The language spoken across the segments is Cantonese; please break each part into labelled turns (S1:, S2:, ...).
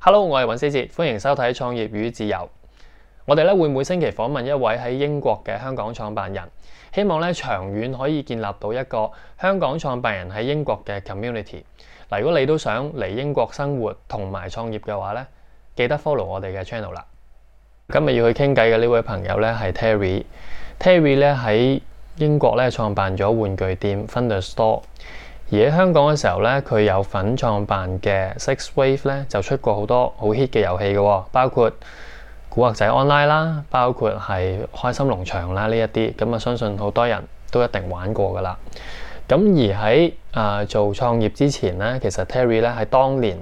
S1: Hello，我係尹思哲，歡迎收睇《創業與自由》。我哋咧會每星期訪問一位喺英國嘅香港創辦人，希望咧長遠可以建立到一個香港創辦人喺英國嘅 community。嗱，如果你都想嚟英國生活同埋創業嘅話咧，記得 follow 我哋嘅 channel 啦。今日要去傾偈嘅呢位朋友咧係 Terry。Terry 咧喺英國咧創辦咗玩具店 Thunder Store。而喺香港嘅時候咧，佢有份創辦嘅 Six Wave 咧，就出過好多好 hit 嘅遊戲嘅喎，包括古惑仔 Online 啦，包括係開心農場啦呢一啲，咁啊相信好多人都一定玩過噶啦。咁而喺啊、呃做創業之前咧，其實 Terry 咧係當年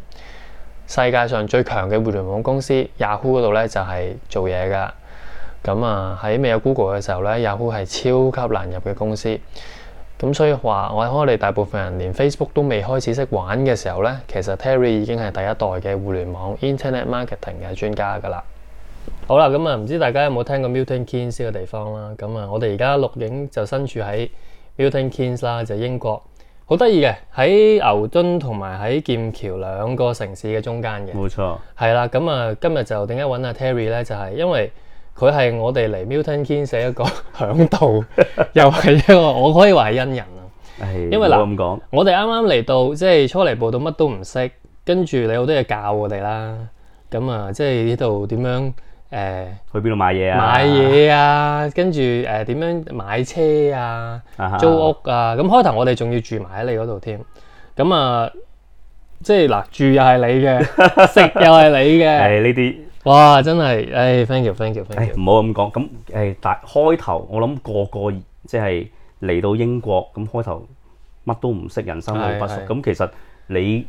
S1: 世界上最強嘅互聯網公司 Yahoo 嗰度咧就係、做嘢噶。咁啊喺未有 Google 嘅時候咧，Yahoo 係超級難入嘅公司。咁所以話，我喺我哋大部分人連 Facebook 都未開始識玩嘅時候呢，其實 Terry 已經係第一代嘅互聯網 Internet Marketing 嘅專家㗎啦。好啦，咁啊，唔知大家有冇聽過 Milton Keynes 呢個地方啦？咁啊，我哋而家錄影就身處喺 Milton Keynes 啦，就英國，好得意嘅，喺牛頓同埋喺劍橋兩個城市嘅中間嘅。
S2: 冇錯，
S1: 係啦，咁啊，今日就點解揾阿 Terry 咧？就係、因為佢係我哋嚟 Milton Keynes 一個 響度，又係一個我可以話係恩人啊！
S2: 係
S1: 因為
S2: 因為
S1: 嗱
S2: 嗱咁講，
S1: 我哋啱啱嚟到，即係初嚟報到乜都唔識，跟住你好多嘢教我哋啦。咁啊，即係呢度點樣誒、呃
S2: 去邊度買嘢啊？
S1: 買嘢啊，跟住誒點樣買車啊。
S2: 啊
S1: 租屋啊，咁開頭我哋仲要住埋喺你嗰度添，咁啊，即係嗱住又係 你嘅，食又係你嘅，
S2: 係呢啲，
S1: 哇！真係，唉，thank you，thank you，thank you，
S2: 誒唔好咁講。咁誒，但開頭我諗個個即係嚟到英國，咁開頭乜都唔識，人生路不熟。
S1: 係係
S2: 咁其實你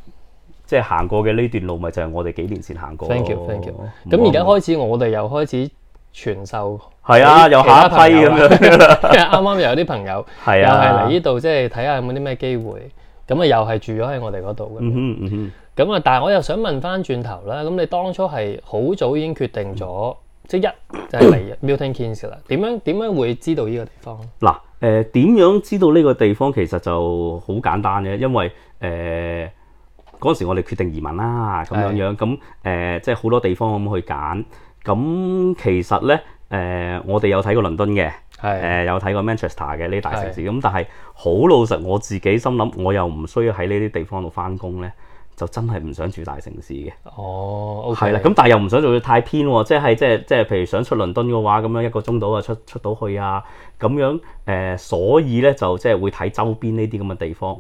S2: 即係行過嘅呢段路，咪就係我哋幾年前行過咯。
S1: Thank you，thank you
S2: 唔好
S1: 咁而家開始我哋又開始傳 授，
S2: 係啊，
S1: 俾
S2: 有
S1: 其他
S2: 下一批
S1: 朋
S2: 咁樣啦。
S1: 因為啱啱又有啲朋友又係
S2: 係
S1: 嚟
S2: 啊，
S1: 呢度，即係睇下有冇啲咩機會，咁啊又係住咗喺我哋嗰度
S2: 嗯
S1: 嘅，
S2: 哼嗯哼，
S1: 咁啊，但係我又想問翻轉頭啦，咁你當初係好早已經決定咗，
S2: 嗯
S1: 即係一就係 嚟 Milton Keynes 啦，點樣點樣會知道呢個地方？
S2: 嗱，誒、點樣知道呢個地方其實就好簡單嘅，因為誒嗰陣時我哋決定移民啦，咁樣樣，咁誒、即係好多地方咁去揀。咁其實咧，誒、我哋有睇過倫敦嘅，誒、
S1: 係
S2: 有睇過 Manchester 嘅呢啲大城市，咁但係好老實，我自己心諗，我又唔需要喺呢啲地方度翻工咧，就真係唔想住大城市嘅。
S1: 哦，OK，
S2: 係啦，咁但係又唔想做到太偏喎，即係即係即係，譬如想出倫敦嘅話，咁樣一個鐘到啊，出出到去啊，咁樣誒、呃所以咧就即係會睇周邊呢啲咁嘅地方。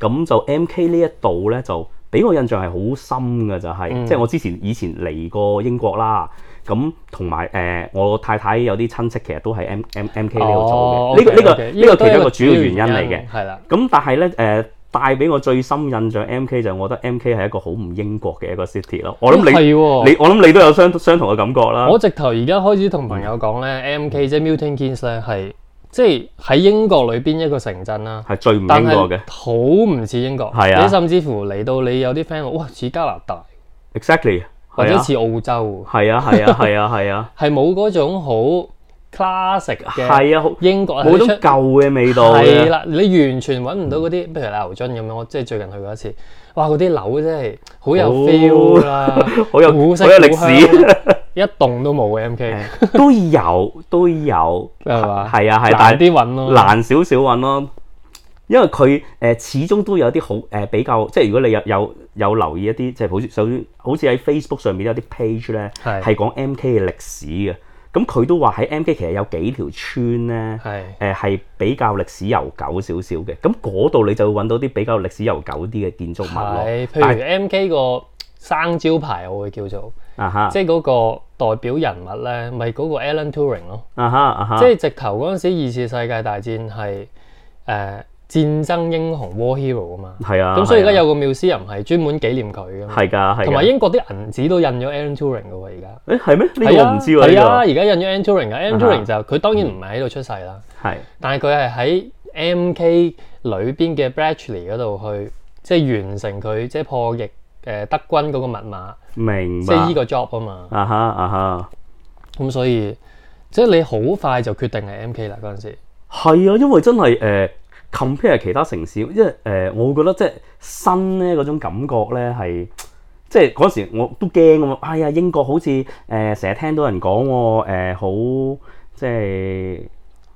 S2: 咁就 M K 呢一度咧，就俾我印象係好深嘅，就係、即係我之前以前嚟過英國啦，咁同埋誒我太太有啲親戚其實都喺 M M M K 呢度
S1: 哦
S2: 做嘅，
S1: ，OK，OK，
S2: 呢、個呢、個呢個
S1: 都係
S2: 其中一個主要原因嚟嘅。
S1: 係啦，
S2: 咁但係咧誒。呃帶俾我最深印象 M K 就係我覺得 M K 係一個好唔英國嘅一個 city 咯，我諗你
S1: 哦係喎。
S2: 你我諗你都有相相同嘅感覺啦。
S1: 我直頭而家開始同朋友講咧，MK
S2: 嗯
S1: 即係 Milton Keynes 咧係即係喺英國裏邊一個城鎮啦，
S2: 係最唔英
S1: 但
S2: 國
S1: 係
S2: 嘅
S1: 好唔似英國。
S2: 係啊啊
S1: 你甚至乎嚟到你有啲 friend 話哇似加拿大
S2: ，exactly
S1: 或
S2: 係
S1: 者
S2: 啊，
S1: 似澳洲，
S2: 係啊，係 啊，係啊，係啊，
S1: 係冇嗰種好 classic 嘅
S2: 係啊，好
S1: 英國
S2: 冇
S1: 你
S2: 種
S1: 出
S2: 舊嘅味道
S1: 係
S2: 嘅。
S1: 啦，你完全揾唔到嗰啲，譬如牛津咁樣，我即係最近去過一次，哇！嗰啲樓真係好有
S2: 好
S1: feel 啦，
S2: 好有
S1: 古色
S2: 好有
S1: 古
S2: 歷
S1: 香
S2: 史
S1: 啦，一棟都冇嘅 MK
S2: 都有都有，
S1: 係嘛？
S2: 係啊係，但
S1: 難
S2: 係
S1: 啲揾咯，
S2: 難少少揾咯。因為佢誒、呃始終都有啲好誒、呃比較，即係如果你有有有留意一啲，即係好似首先好似喺 Facebook 上面有啲 page 咧，
S1: 係
S2: 係講 M K 嘅歷史嘅。咁佢都話喺 M K 其實有幾條村咧。
S1: 係
S2: 誒呃係比較歷史悠久少少嘅，咁嗰度你就會揾到啲比較歷史悠久啲嘅建築物咯。
S1: 係，譬如 MK 個生招牌，我會叫做
S2: 啊哈，
S1: 即係嗰個代表人物咧，咪嗰個 Alan Turing 咯，
S2: 啊哈，啊哈，
S1: 即係直頭嗰陣時二次世界大戰係誒戰爭英雄 War Hero 啊嘛，
S2: 係啊。
S1: 咁所以而家
S2: 係啊
S1: 有個 museum 係專門紀念佢嘅嘛。
S2: 係啊㗎，係㗎
S1: 同埋英國啲銀紙都印咗 Alan Turing 嘅喎，而家
S2: 誒係咩？呢個我唔知喎，
S1: 係啊，
S2: 呢
S1: 而家印咗 Alan Turing 嘅 Alan
S2: 啊哈
S1: Turing 就佢當然唔係喺度出世啦，
S2: 個係
S1: 但係佢係喺 M.K. 裏邊嘅 Bletchley 嗰度去即係完成佢即係破譯誒德軍嗰個密碼，
S2: 啊明
S1: 即係依
S2: 白。
S1: 個 job 啊嘛。
S2: 啊哈，啊
S1: 咁所以即係你好快就決定係 M.K. 啦嗰陣時，
S2: 哈，係啊，因為真係誒呃 compare 其他城市，因為誒我會覺得即係新咧嗰種感覺咧係即係嗰時我都驚咁啊！哎呀，英國好似誒成日聽到人講喎、呃好即係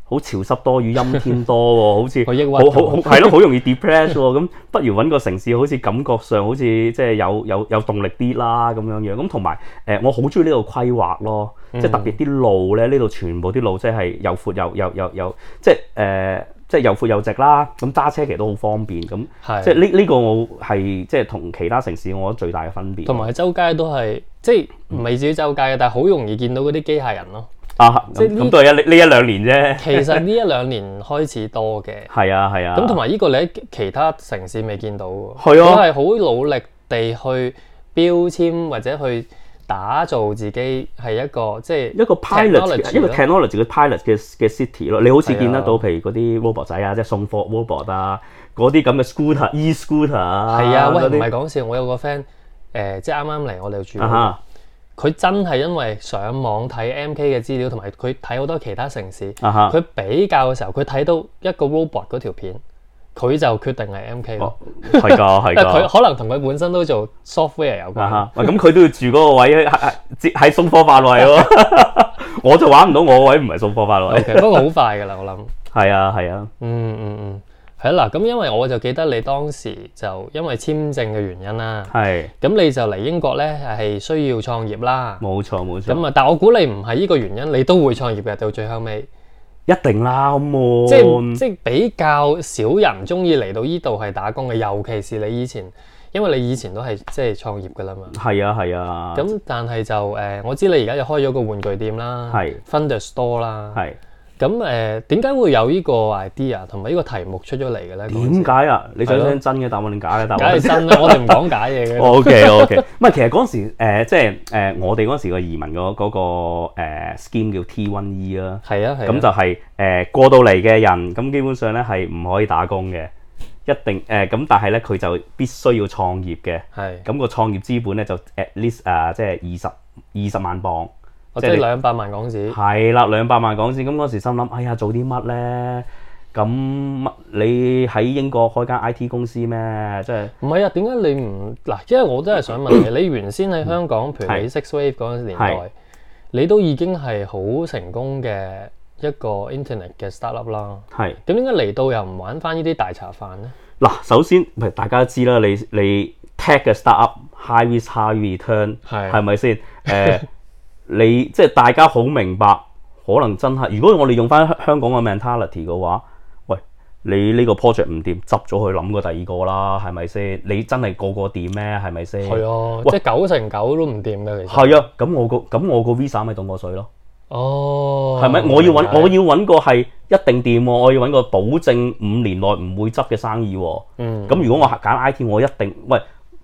S2: 好潮濕多雨，陰天多喎、好似
S1: 好抑鬱啊
S2: 好好好係咯，好容易 depress 喎、咁不如揾個城市，好似感覺上好似即係有有有動力啲啦咁樣樣。咁同埋誒，我好中意呢度規劃咯，即
S1: 嗯
S2: 係特別啲路咧，呢度全部啲路即係又闊又又又又即係誒、呃即係又闊又直啦。咁揸車其實都好方便咁。
S1: 係
S2: 即係呢呢個我係即係同其他城市我覺得最大嘅分別。
S1: 同埋周街都係，即係唔係至於周街嘅，但係好容易見到嗰啲機械人咯。
S2: 啊，
S1: 即係
S2: 咁
S1: 呢
S2: 咁都係一呢一兩年啫。
S1: 其實呢一兩年開始多嘅，
S2: 係 啊係啊。
S1: 咁同埋呢個你喺其他城市未見到喎。
S2: 係啊
S1: 佢係好努力地去標籤或者去打造自己係一個即係
S2: 一個 pilot 嘅
S1: technology
S2: 一個
S1: 咯
S2: technology 嘅 pilot 嘅嘅 city 咯，你好似
S1: 係啊
S2: 見得到，譬如嗰啲 robot 仔啊，即係送貨 robot 啊，嗰啲咁嘅 scooter、e scooter 啊，
S1: 係啊，喂，
S2: 嗰
S1: 唔
S2: 啲
S1: 係講笑，我有個 friend 誒，即係啱啱嚟我哋住
S2: 啊
S1: 嗰度，
S2: 哈，
S1: 佢真係因為上網睇 M K 嘅資料，同埋佢睇好多其他城市，
S2: 啊哈
S1: 佢比較嘅時候，佢睇到一個 robot 嗰條片，佢就決定係 M K 咯
S2: 哦。係㗎係
S1: 因為佢
S2: 㗎。
S1: 可能同佢本身都做 software 有
S2: 啊
S1: 關，
S2: 哈！喂咁佢都要住嗰個位喺喺喺喺送貨範圍喎， 我就玩唔到我位，唔係送貨範
S1: O
S2: 圍。
S1: K，不過好快㗎啦，我諗。
S2: 係啊係啊，
S1: 嗯嗯嗯，係啦。咁因為我就記得你當時就因為簽證嘅原因啦，
S2: 係
S1: 咁你就嚟英國咧係需要創業啦。
S2: 冇錯冇錯。
S1: 咁啊，但我估你唔係呢個原因，你都會創業嘅，到最後尾，
S2: 一定啦，好冇？
S1: 即係即係比較少人中意嚟到呢度係打工嘅，尤其是你以前，因為你以前都係即係創業㗎啦嘛。
S2: 係啊係啊，
S1: 咁但係就誒、呃我知你而家就開咗個玩具店啦
S2: 係
S1: ，Thunder Store 啦。
S2: 係
S1: 咁誒點解會有呢個 idea 同埋呢個題目出咗嚟嘅咧？
S2: 點解啊？你想
S1: 係咯
S2: 聽真嘅答案定假嘅答
S1: 梗
S2: 案
S1: 係？真啦，我哋唔講假嘢 嘅。
S2: O K O K，唔係其實嗰陣時、呃、即係誒、呃我哋嗰陣時個移民嗰、嗰個、呃 scheme 叫 T One E 啦，
S1: 係啊係啊。
S2: 咁就係、呃過到嚟嘅人，咁基本上咧係唔可以打工嘅，一定誒咁、但係咧佢就必須要創業嘅，
S1: 係，
S2: 咁、個創業資本咧就 at least 啊、即係二十二十萬磅。
S1: 我即
S2: 即係
S1: 係
S2: 你
S1: 兩百萬港紙。
S2: 係啦，兩百萬港紙。咁嗰時心諗，哎呀，做啲乜咧？咁乜你喺英國開間 I T 公司咩？即係
S1: 唔係啊，點解你唔嗱？因為我真係想問 你，你原先喺香港，譬如你 Six Wave 嗰陣年
S2: 係
S1: 代，你都已經係好成功嘅一個 Internet 嘅 startup 啦。
S2: 係
S1: 咁點解嚟到又唔玩翻呢啲大茶飯咧？
S2: 嗱，首先唔係大家都知啦，你你 tech 嘅 startup high risk high return
S1: 係
S2: 係咪先？誒、 你即係大家好明白，可能真係如果我哋用翻香港嘅 mentality 嘅話，喂，你呢個 project 唔掂，執咗去諗過第二個啦，係咪先？你真係個個掂咩？係咪先？
S1: 係啊，
S2: 喂
S1: 即係九成九都唔掂嘅其實。
S2: 係啊，咁我個咁我個 Visa 咪凍過水咯，
S1: 哦，
S2: 係咪？我要揾我
S1: 要
S2: 要揾個係一定掂喎，我要揾個保證五年內唔會執嘅生意喎。
S1: 嗯
S2: 咁如果我揀 I T，我一定喂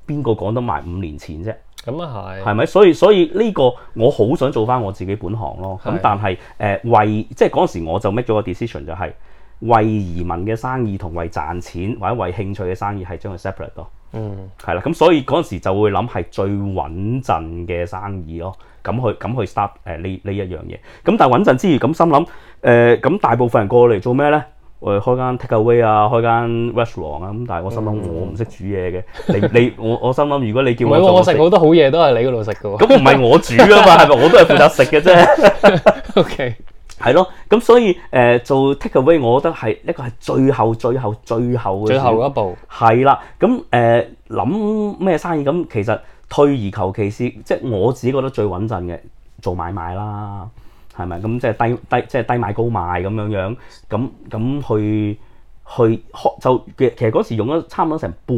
S2: 邊個講得埋五年前啫？
S1: 咁啊係
S2: 係咪？所以所以呢個我好想做翻我自己本行咯。咁
S1: 係
S2: 但係誒、呃、為即係嗰陣時我就 make 咗個 decision 就係、為移民嘅生意同為賺錢或者為興趣嘅生意係將佢 separate 咯。
S1: 嗯
S2: 係啦，咁所以嗰陣時就會諗係最穩陣嘅生意咯，咁去咁去 start 誒呢呢一樣嘢。咁但係穩陣之餘，咁心諗誒咁大部分人過嚟做咩咧？誒、開間 takeaway 啊，開間 restaurant 啊，咁但係我心諗我唔識煮嘢嘅，你你我我心諗如果你
S1: 嗯唔
S2: 叫我
S1: 係喎，
S2: 做
S1: 我食好多好嘢都係你嗰度食嘅喎。
S2: 咁唔係我煮啊嘛，係咪？我都係負責食嘅啫。
S1: O K，
S2: 係咯，咁所以誒、呃做 takeaway，我覺得係一個係最後、最後、最後嘅
S1: 最
S2: 選
S1: 後啊
S2: 擇
S1: 嗰一步
S2: 係啦，咁誒諗咩生意咁，其實退而求其次，即係我自己覺得最穩陣嘅做買賣啦，係咪？咁即係低低即係低買高賣咁樣樣，咁咁去去學就其其實嗰時用咗差唔多成半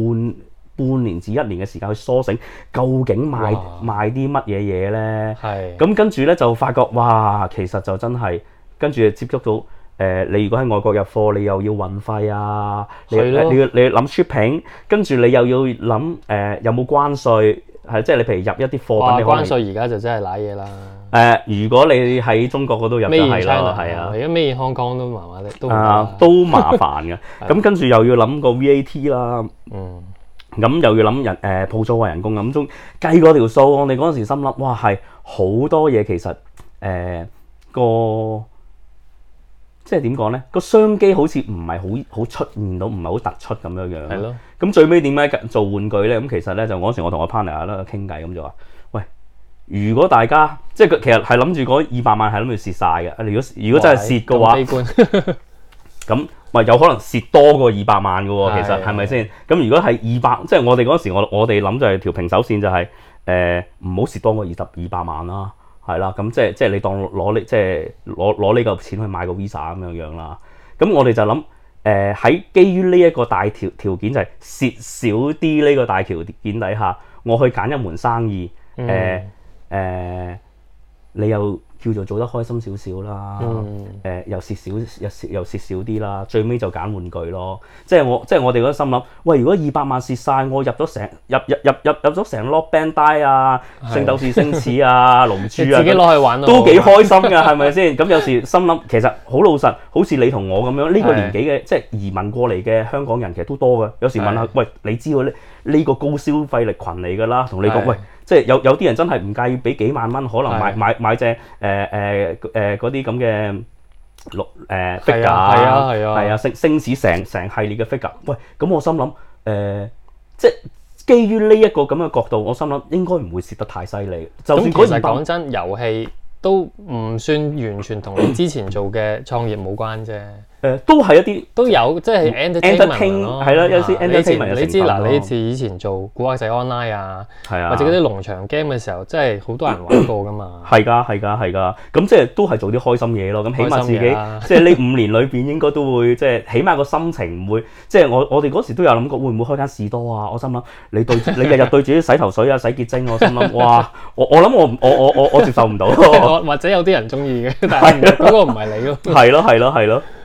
S2: 半年至一年嘅時間去梳醒，究竟賣
S1: 哇
S2: 賣啲乜嘢嘢咧？
S1: 係
S2: 咁跟住咧就發覺，哇，其實就真係跟住就接觸到誒、呃你如果喺外國入貨，你又要運費啊，你
S1: 係咯
S2: 你要你要諗 shipping，跟住你又要諗誒、呃有冇關稅，係即係你譬如入一啲貨
S1: 哇，
S2: 品，你可能
S1: 關稅而家就真係賴嘢啦。
S2: 誒、如果你喺中國嗰度入就
S1: Made in
S2: 係
S1: China
S2: 啦，係啊
S1: 而。家 Made in Hong Kong 都麻麻地，都唔得
S2: 啊
S1: 啦，
S2: 都麻煩 嘅，咁跟住又要諗個 VAT 啦，
S1: 嗯
S2: 咁又要諗人誒、呃、鋪租啊人工啊咁中計嗰條數，我哋嗰陣時心諗，哇係好多嘢其實誒、呃、個即係點講咧？個商機好似唔係好好出現到，唔係好突出咁樣樣。
S1: 係咯，
S2: 咁最尾點解做玩具咧？咁其實咧就嗰時我同我 partner 啦傾偈咁就話：喂，如果大家即係佢其實係諗住嗰二百萬係諗住蝕晒嘅。如果如果真係蝕嘅
S1: 哇
S2: 話
S1: 咁悲， 觀
S2: 咁咪有可能蝕多過二百萬嘅喎，
S1: 係
S2: 其實
S1: 係
S2: 係咪先？咁如果係二百，即係我哋嗰時我我哋諗就係條平手線就係誒唔好蝕多過二十二百萬啦，係啦，咁即係即係你當攞呢即係攞攞呢個錢去買個 Visa 咁樣樣啦。咁我哋就諗誒喺基於呢一個大條條件就係蝕少啲呢個大條件底下，我去揀一門生意
S1: 嗯
S2: 誒誒、你又叫做做得開心少少啦。
S1: 嗯，
S2: 誒、又蝕少又蝕又蝕少啲啦，最尾就揀玩具咯。即係我即係我哋嗰陣心諗，喂，如果二百萬蝕晒，我入咗成入入入入入咗成 lock band die 啊，
S1: 係
S2: 聖鬥士星矢啊，龍珠
S1: 自己
S2: 啊，咁
S1: 攞去玩
S2: 都幾
S1: 幾
S2: 開心㗎，係咪 先？咁有時心諗，其實好老實，好似你同我咁樣呢、個
S1: 係
S2: 年紀嘅，即係移民過嚟嘅香港人，其實都多嘅。有時問下
S1: 係，
S2: 喂，你知道呢呢、個高消費力群嚟㗎啦，同你講，
S1: 係
S2: 喂，即係有有啲人真係唔介意俾幾萬蚊，可能買
S1: 係
S2: 買買隻誒誒誒嗰啲咁嘅。六誒 figure
S1: 係啊係啊係啊
S2: 係啊，星星矢成成系列嘅 figure，喂，咁我心諗誒、即係基於呢一個咁嘅角度，我心諗應該唔會蝕得太犀利。就
S1: 咁
S2: 算
S1: 其
S2: 嗰
S1: 實
S2: 二百
S1: 講真，遊戲都唔算完全同你之前做嘅創業冇關啫，
S2: 誒呃都係一啲
S1: 都有即係 entertainment 咯，
S2: 嗯係啦有啲
S1: 啊你以前
S2: entertainment 嘅
S1: 你知
S2: 成分
S1: 嗱，
S2: 咯
S1: 你以前以前做古惑仔 online 啊，
S2: 係啊，
S1: 或者嗰啲農場 game 嘅時候，真係好多人玩過噶嘛。
S2: 係㗎係㗎係㗎，咁即係都係做啲開心嘢咯。咁起碼自己
S1: 開心嘢啊
S2: 即係呢五年裏邊應該都會即係起碼個心情唔會即係我我哋嗰時都有諗過會唔會開間士多啊？我心諗 你對你日日對住啲洗頭水啊、洗潔精，我心諗哇，我我諗我唔我我 我我接受唔到。啊
S1: 我或者有啲人中意嘅，但係嗰個唔係你咯。
S2: 係咯係咯係咯。